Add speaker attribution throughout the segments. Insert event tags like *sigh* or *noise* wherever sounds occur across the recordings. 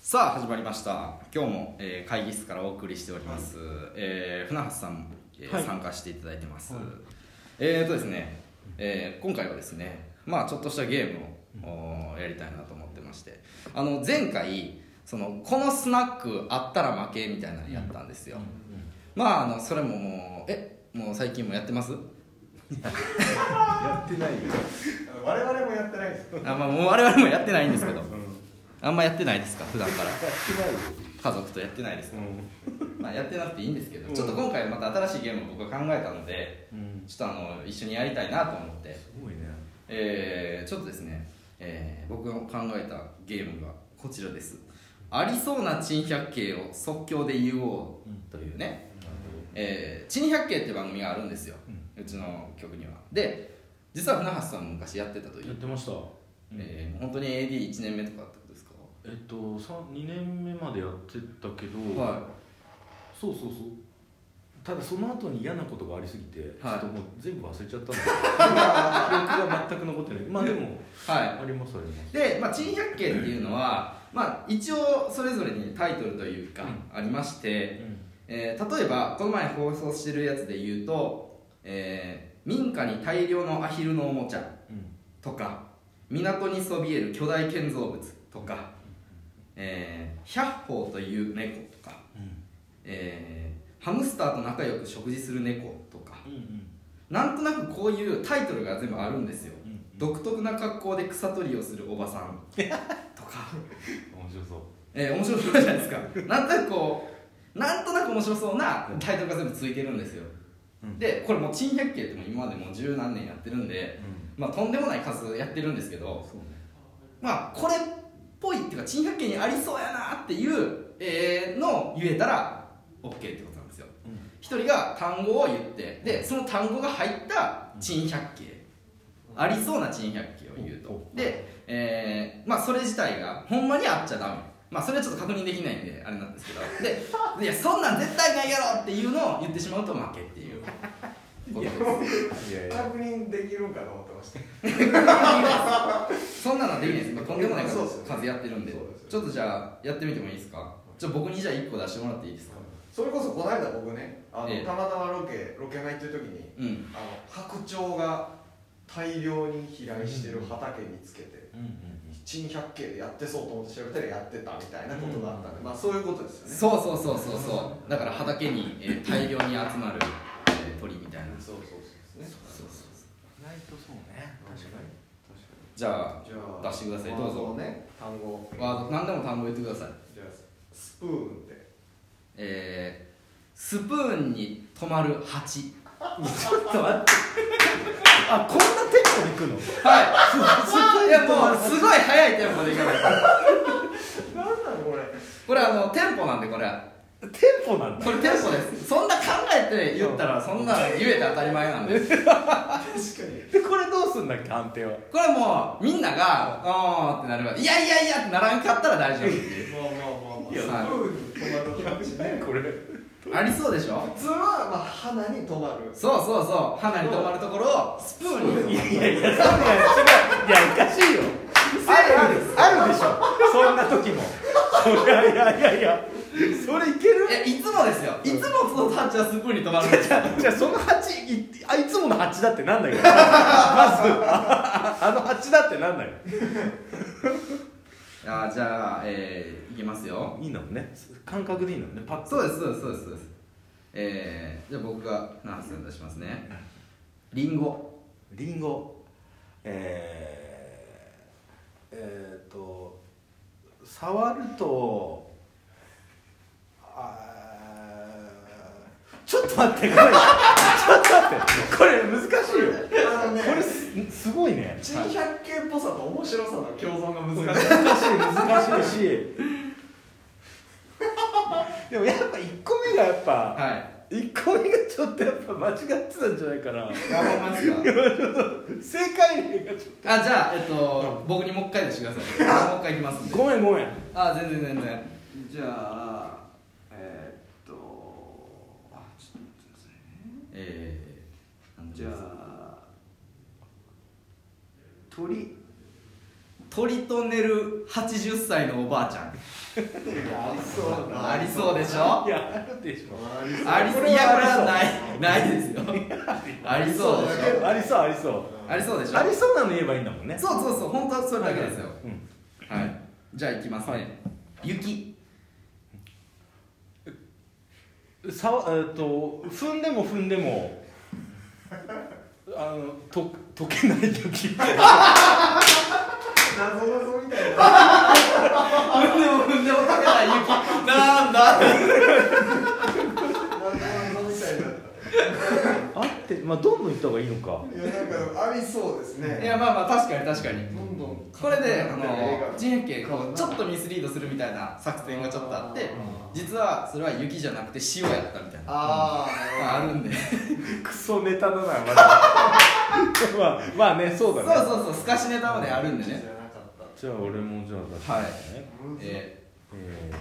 Speaker 1: さあ始まりました今日も、えー会議室からお送りしております、えー船橋さん、えー
Speaker 2: はい
Speaker 1: 参加していただいてます、
Speaker 2: はい
Speaker 1: えーとですね、えー今回はですねまあちょっとしたゲームを、おーやりたいなと思ってましてあの前回そのこのスナックあったら負けみたいなのやったんですよ、まああのそれももうえもう最近もやってます
Speaker 3: やってないよ我々もやってないですやって
Speaker 1: あ、まあ、もう我々もやってないんですけど
Speaker 3: ないよ
Speaker 1: あんまやってないですか普段から家族とやってないですかまあ、やってなくていいんですけど、
Speaker 3: うん
Speaker 1: ちょっと今回また新しいゲームを僕が考えたので
Speaker 3: うん
Speaker 1: ちょっとあの一緒にやりたいなと思って、
Speaker 3: すごいね
Speaker 1: えーちょっとですね、えー僕が考えたゲームがこちらですありそうな珍百景を即興で言おうというね「えー珍百景」って番組があるんですよ、うちの局にはで実は船橋さんも昔やってたとい
Speaker 2: やっ
Speaker 1: う、
Speaker 2: てました、
Speaker 1: えー本当に AD1 年目とかってことですか
Speaker 2: えっと2年目までやってたけど、
Speaker 1: は
Speaker 2: そうそうそうただその後に嫌なことがありすぎて、
Speaker 1: はい
Speaker 2: ちょっともう全部忘れちゃったんだ記憶が全く残ってないまあでも
Speaker 1: いはい
Speaker 2: ありますあります
Speaker 1: で、まあ、珍百景っていうのは、まあ、一応それぞれにタイトルというかありまして、えー例えばこの前放送してるやつで言うと、えー民家に大量のアヒルのおもちゃとか港にそびえる巨大建造物とか、えー、百宝という猫とか、えーハムスターと仲良く食事する猫とかなんとなくこういうタイトルが全部あるんですよ独特な格好で草取りをするおばさんとか、
Speaker 2: 面白そう
Speaker 1: えー面白そうじゃないですかなんとなくこうなんとなく面白そうなタイトルが全部ついてるんですよ、
Speaker 2: うん
Speaker 1: でこれもう珍百景ってもう今までもう十何年やってるんで、まあ、とんでもない数やってるんですけど
Speaker 3: そうね
Speaker 1: まあこれっぽいっていうか珍百景にありそうやなっていう、えーのを言えたら OK ってことなんですよ一人が単語を言ってでその単語が入った珍百景、ありそうな珍百景を言うと、で、えーまあ、それ自体がほんまにあっちゃダメまあそれはちょっと確認できないんであれなんですけどでいやそんなん絶対ないやろっていうのを言ってしまうと負けっていうことで
Speaker 2: いやいや
Speaker 3: 確認できるんかと思ってました
Speaker 1: す *laughs* そんなのできないです、まあ、とんでもない数
Speaker 3: そうですね
Speaker 1: 数やってるんで
Speaker 3: そうですよね
Speaker 1: ちょっとじゃあやってみてもいいですかちょっと僕にじゃあ1個出してもらっていいですか
Speaker 3: それこそこの間僕ねあの
Speaker 1: ええ
Speaker 3: たまたまロケロケ入ってる時に
Speaker 1: うん
Speaker 3: あの白鳥が大量に飛来してる畑見つけて珍百景でやってそうと思って調べたらやってたみたいなことがあったんでまあそういうことですよね
Speaker 1: そうそうそうそうそうだから畑に、えー大量に集まる、えー鳥みたいな
Speaker 3: そうそうそうですね
Speaker 1: そうそうそう
Speaker 2: 意外とそうね
Speaker 1: じゃ
Speaker 3: じゃあ
Speaker 1: 出してください
Speaker 3: ワード
Speaker 1: どうぞ
Speaker 3: ね単語
Speaker 1: あワード何でも単語言ってください
Speaker 3: じゃあスプーンって
Speaker 1: えー、スプーンに止まる蜂ちょっと待って
Speaker 2: あこんなテンポでいくの
Speaker 1: はいいやもうすごい速いテンポでいかないと
Speaker 3: なんだこれ
Speaker 1: これあのテンポなんでこれ
Speaker 2: テンポなんだ
Speaker 1: これテンポですそんな考えて言ったらそんな言えて当たり前なんですこ
Speaker 3: 確かに
Speaker 2: でこれどうすんだっけ判定は
Speaker 1: れもうみんなが「おー」ってなるいやいやいやってならんかったら大丈夫っていう
Speaker 3: まあまあまあまあ
Speaker 2: いや
Speaker 3: スプーンに止まる感じね
Speaker 2: これ
Speaker 1: ありそうでしょ
Speaker 3: 普通はまあ鼻に止まる
Speaker 1: そうそうそう鼻に止まるところをスプーンに
Speaker 2: いやいやそんな違ういやおかしいよ
Speaker 1: ある
Speaker 2: あるでしょそんな時もそりゃいやいやいやそれいける
Speaker 1: いやいつもですよいつもそのタッチはスプーンに止まるんですよ
Speaker 2: じゃあその蜂いあいつもの蜂だってなん *laughs* だよまずああの蜂だってなんだよ
Speaker 1: あーじゃあ、えー、いきますよ
Speaker 2: いいのね感覚でいいのねパッ
Speaker 1: そうですそうですそうですそうですえー、じゃあ僕が何発出しますねリンゴ
Speaker 2: リンゴえー、えー、と触るとあーちょっと待ってこれちょっと待ってこれ難しいよ
Speaker 3: あのね
Speaker 2: これすすごいね
Speaker 3: 珍百景っぽさと面白さの共存が難しい
Speaker 2: 難しい難しいしでもやっぱ1個目がやっぱ
Speaker 1: はい
Speaker 2: 1個目がちょっとやっぱ間違ってたんじゃないかな
Speaker 1: 頑張りますか
Speaker 2: 正解例がちょっ
Speaker 1: あじゃあえっと、僕にもう一回出してくださいもう一回いきますん
Speaker 2: と
Speaker 1: で
Speaker 2: ごめんごめん
Speaker 1: あー全然全然
Speaker 3: じゃあえー、っとあちょっと待ってくださいね
Speaker 1: えー、なんだ
Speaker 3: じゃあ鳥
Speaker 1: 鳥鳥と寝る80歳のおばあちゃん
Speaker 3: ありそうな
Speaker 1: ありそうでしょ
Speaker 2: いやあるでしょ
Speaker 3: ありそう
Speaker 1: ありそ
Speaker 2: こ
Speaker 1: う
Speaker 2: れ
Speaker 1: いやこれ
Speaker 2: は
Speaker 1: は *laughs* ないないですよありそうでしょ
Speaker 2: ありそうありそう
Speaker 1: ありそうでしょ
Speaker 2: ありそうなの言えばいいんだもんね
Speaker 1: そうそうそう本当はそれだけですよ
Speaker 2: うん
Speaker 1: はいじゃあ行きます
Speaker 2: はい
Speaker 1: ね雪
Speaker 2: さわえっと踏んでも踏んでもあのと溶けない時 *laughs*
Speaker 3: 謎謎みたいな
Speaker 1: 踏んでも踏んでも溶けない雪なんだ
Speaker 3: 謎謎みたいな
Speaker 2: あってまあどんどん行った方がいいのか
Speaker 3: いやなんかありそうですね
Speaker 1: いやまあまあ確かに確かに
Speaker 3: どんどん
Speaker 1: これであ
Speaker 3: 映画
Speaker 1: の人平家こうちょっとミスリードするみたいな作戦がちょっとあって実はそれは雪じゃなくて塩やったみたいな
Speaker 3: あ
Speaker 1: あ
Speaker 3: あ
Speaker 1: るんで
Speaker 2: クソネタだなまだ *laughs* まあまあねそう
Speaker 1: そ
Speaker 2: だ
Speaker 1: う
Speaker 2: ね
Speaker 1: そうそうすかしネタまであるんで
Speaker 3: じゃ
Speaker 1: ね
Speaker 3: なかった
Speaker 2: じゃあ俺もじゃあ出して
Speaker 1: はい
Speaker 2: ね
Speaker 1: え
Speaker 2: えーえー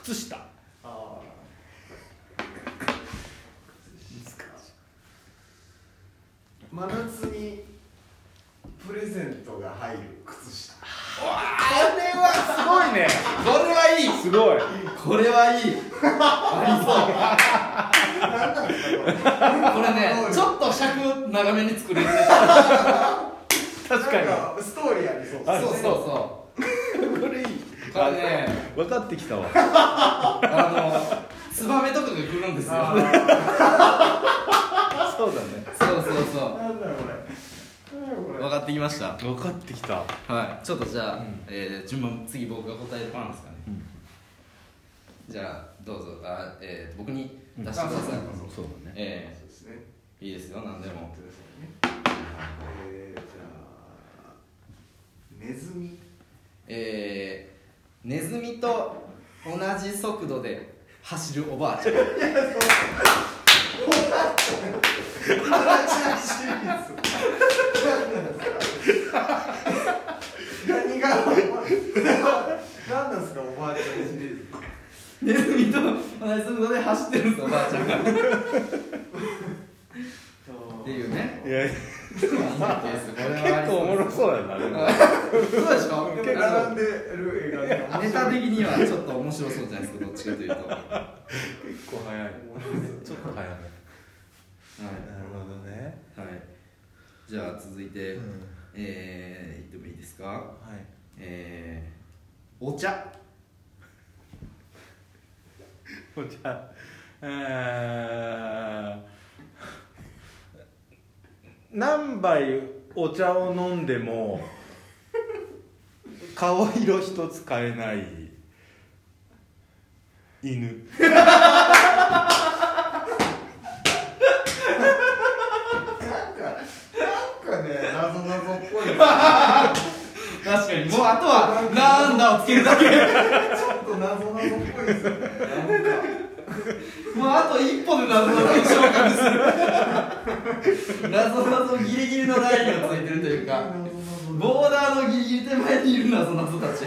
Speaker 2: 靴下
Speaker 3: あー真夏にプレゼントが入る靴下
Speaker 2: すごいね
Speaker 1: ーこれはいい
Speaker 2: すごい
Speaker 1: これはいいあり *laughs* そうこれねちょっと尺長めに作れる
Speaker 2: 確かに
Speaker 3: なんかストーリーありそう
Speaker 1: そう
Speaker 2: あ
Speaker 1: そうそ
Speaker 2: これいいう
Speaker 1: これね
Speaker 2: 分かってきたわ
Speaker 1: あのツバメとかが来るんですよ
Speaker 3: あー
Speaker 2: そうだね
Speaker 1: そうそうそ
Speaker 3: なんだろうこれなんだろうこ
Speaker 1: う
Speaker 3: れ
Speaker 1: 分かってきました
Speaker 2: 分かってきた
Speaker 1: はいちょっとじゃあ、
Speaker 2: うん
Speaker 1: えー順番次僕が答えるパンですかね、
Speaker 2: うん
Speaker 1: じゃあどうぞあ、えー僕に出してください、
Speaker 2: そうだね
Speaker 1: え
Speaker 3: そうですね
Speaker 1: ーいいですよ何でも
Speaker 3: くださいねえーじゃあネズミ
Speaker 1: えーネズミと同じ速度で走るおばあちゃん
Speaker 3: 何が何なんですかおばあちゃんシリーズ
Speaker 1: ネズミと同じ速度で走ってるんですおばあちゃんがって
Speaker 3: って
Speaker 1: いうね
Speaker 2: いや
Speaker 1: これはあり
Speaker 2: 結構おもろそうだよなでも
Speaker 1: そうでしょ
Speaker 3: でも並んでる映画で
Speaker 1: ネタ的にはちょっと面白そうじゃないですかどっちかというと、は
Speaker 2: 結構早いちょっと早めなるほどね
Speaker 1: いはい、じゃあ続いて、えー、言ってもいいですか
Speaker 2: はい
Speaker 1: えー、お茶
Speaker 2: もうじゃあえー何杯お茶を飲んでも顔色一つ変えない犬
Speaker 3: なんかね謎謎っぽい
Speaker 1: 確かにもうあとは「なんだ」をつけるだけ
Speaker 3: ちょっと謎謎っぽいですよね
Speaker 1: もうあと一歩で謎々に昇格する謎々ギリギリのラインがついてるというかボーダーのギリギリ手前にいる謎々たち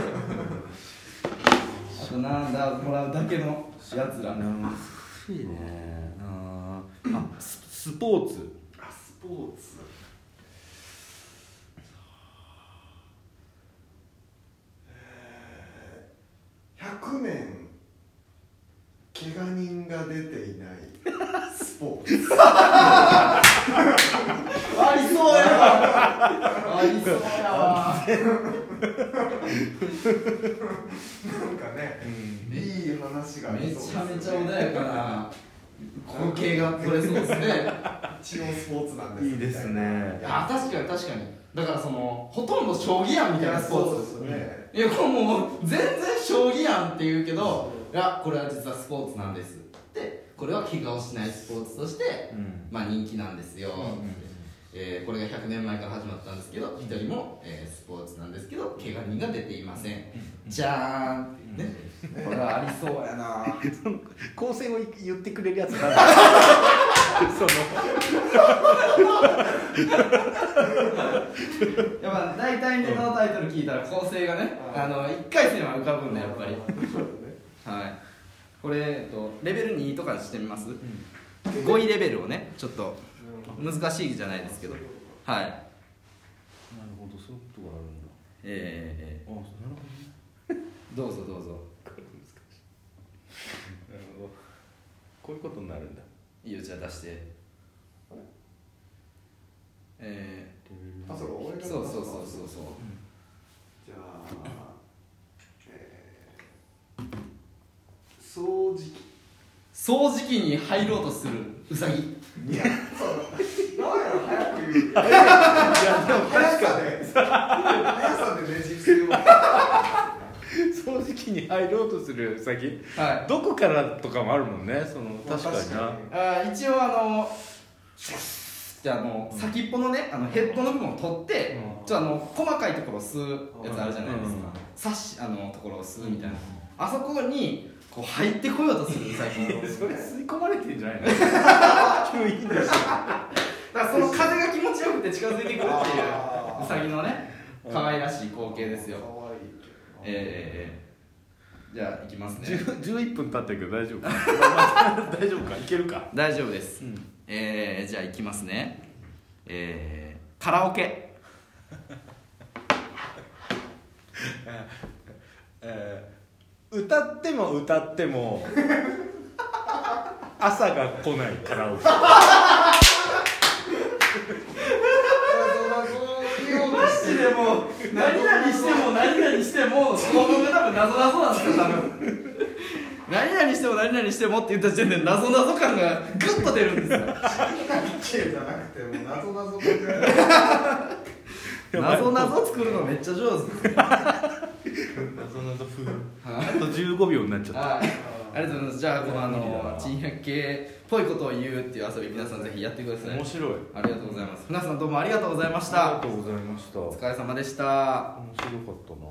Speaker 1: あとなんだもらうだけのやつら
Speaker 2: 難しいねあススポーツ
Speaker 3: あスポーツえー100年怪我人が出ていないスポーツ
Speaker 1: ありそうやわありそうやわ
Speaker 3: なんかねいい話があ
Speaker 1: め
Speaker 3: り
Speaker 1: ち
Speaker 3: そう
Speaker 1: ゃめちゃ穏やかな光
Speaker 3: 光景
Speaker 1: 景が取れそうですね
Speaker 3: 一応スポーツなんです
Speaker 2: いいですね
Speaker 1: いや確かに確かにだからそのほとんど将棋やん
Speaker 3: み
Speaker 1: みた
Speaker 3: た
Speaker 1: いな
Speaker 3: いなス
Speaker 1: ス
Speaker 3: ポ
Speaker 1: ポー
Speaker 3: ーツで
Speaker 1: ツ
Speaker 3: すよね
Speaker 1: いやこれもう全然将棋やんって言うけどいやこれは実はスポーツなんですでこれは怪我をしないスポーツとして、
Speaker 2: うん
Speaker 1: まあ人気なんですよ、えーこれが100年前から始まったんですけど一人も、えースポーツなんですけど怪我人が出ていません、じゃーんってね、これはありそうやな
Speaker 2: 構成を言ってくれるやつ *laughs* なんだその
Speaker 1: *laughs* やっぱ大体ネタのタイトル聞いたら構成がね、
Speaker 3: うん
Speaker 1: あの1回戦は浮かぶんだやっぱり
Speaker 3: そうだね
Speaker 1: はい、これ、えっと、レベル2とかにしてみます、5位レベルをねちょっと難しいじゃないですけどはい
Speaker 2: なるほ
Speaker 1: え
Speaker 2: あなるほどね
Speaker 1: ーどうぞどうぞ
Speaker 2: これ難しいなるほどこういうことになるんだ
Speaker 1: いいよじゃあ出してえ
Speaker 3: あそう俺
Speaker 1: ー、
Speaker 3: が
Speaker 1: そうそうそうそうそう
Speaker 3: じゃあ、えー、掃除機
Speaker 1: 掃除機に入ろうとするウサギ
Speaker 3: いやそうなんやろ早く言う早さで早さでねじ伏せよう
Speaker 2: 掃除機に入ろうとするウサギ
Speaker 1: はい
Speaker 2: どこからとかもあるもんねその確かにな、
Speaker 1: あー一応あのじゃあの先っぽのねあのヘッドの部分を取って、
Speaker 2: うん
Speaker 1: ちょっとあの細かいところを吸うやつあるじゃないです
Speaker 2: うんうん
Speaker 1: か、サッシあのところを吸うみたいな、あそこにこう入ってこようとするウサギ
Speaker 2: いやそれ吸い込まれてんじゃ *laughs* ないの今日いいんだし
Speaker 1: だからその風が気持ちよくて近づいてくるっていう
Speaker 3: あー
Speaker 1: ウサギのね
Speaker 2: うん
Speaker 1: 可愛らしい光景ですよ
Speaker 3: 可愛い
Speaker 1: えー、えーえーじゃあ行きますね
Speaker 2: 11分経ったけど大丈 *laughs* 夫大丈夫かいけるか
Speaker 1: 大丈夫です、
Speaker 2: うん
Speaker 1: えー、じゃあ行きますねえー、カラオケ
Speaker 2: えー歌っても歌って *laughs* も朝が来ないカラオケ
Speaker 1: マジでもう何々しても何々してもその部分多分謎謎なんですよ多分何々しても何々してもって言った時点で謎謎感がグッと出るん
Speaker 2: *laughs*
Speaker 1: ですよ
Speaker 3: じゃなくてもう謎謎こくらい
Speaker 1: 謎謎作るのめっちゃ上手ですね
Speaker 2: 謎謎風あと15秒になっちゃった
Speaker 1: はいありがとうございます。じゃあ、このあの、珍百景っぽいことを言うっていう遊び、皆さんぜひやってください
Speaker 2: 面。白い
Speaker 1: ありがとうございます。皆さんどうもありがとうございました。
Speaker 2: ありがとうございました
Speaker 1: お
Speaker 2: 面
Speaker 1: 疲れ様でした。
Speaker 2: 白かったな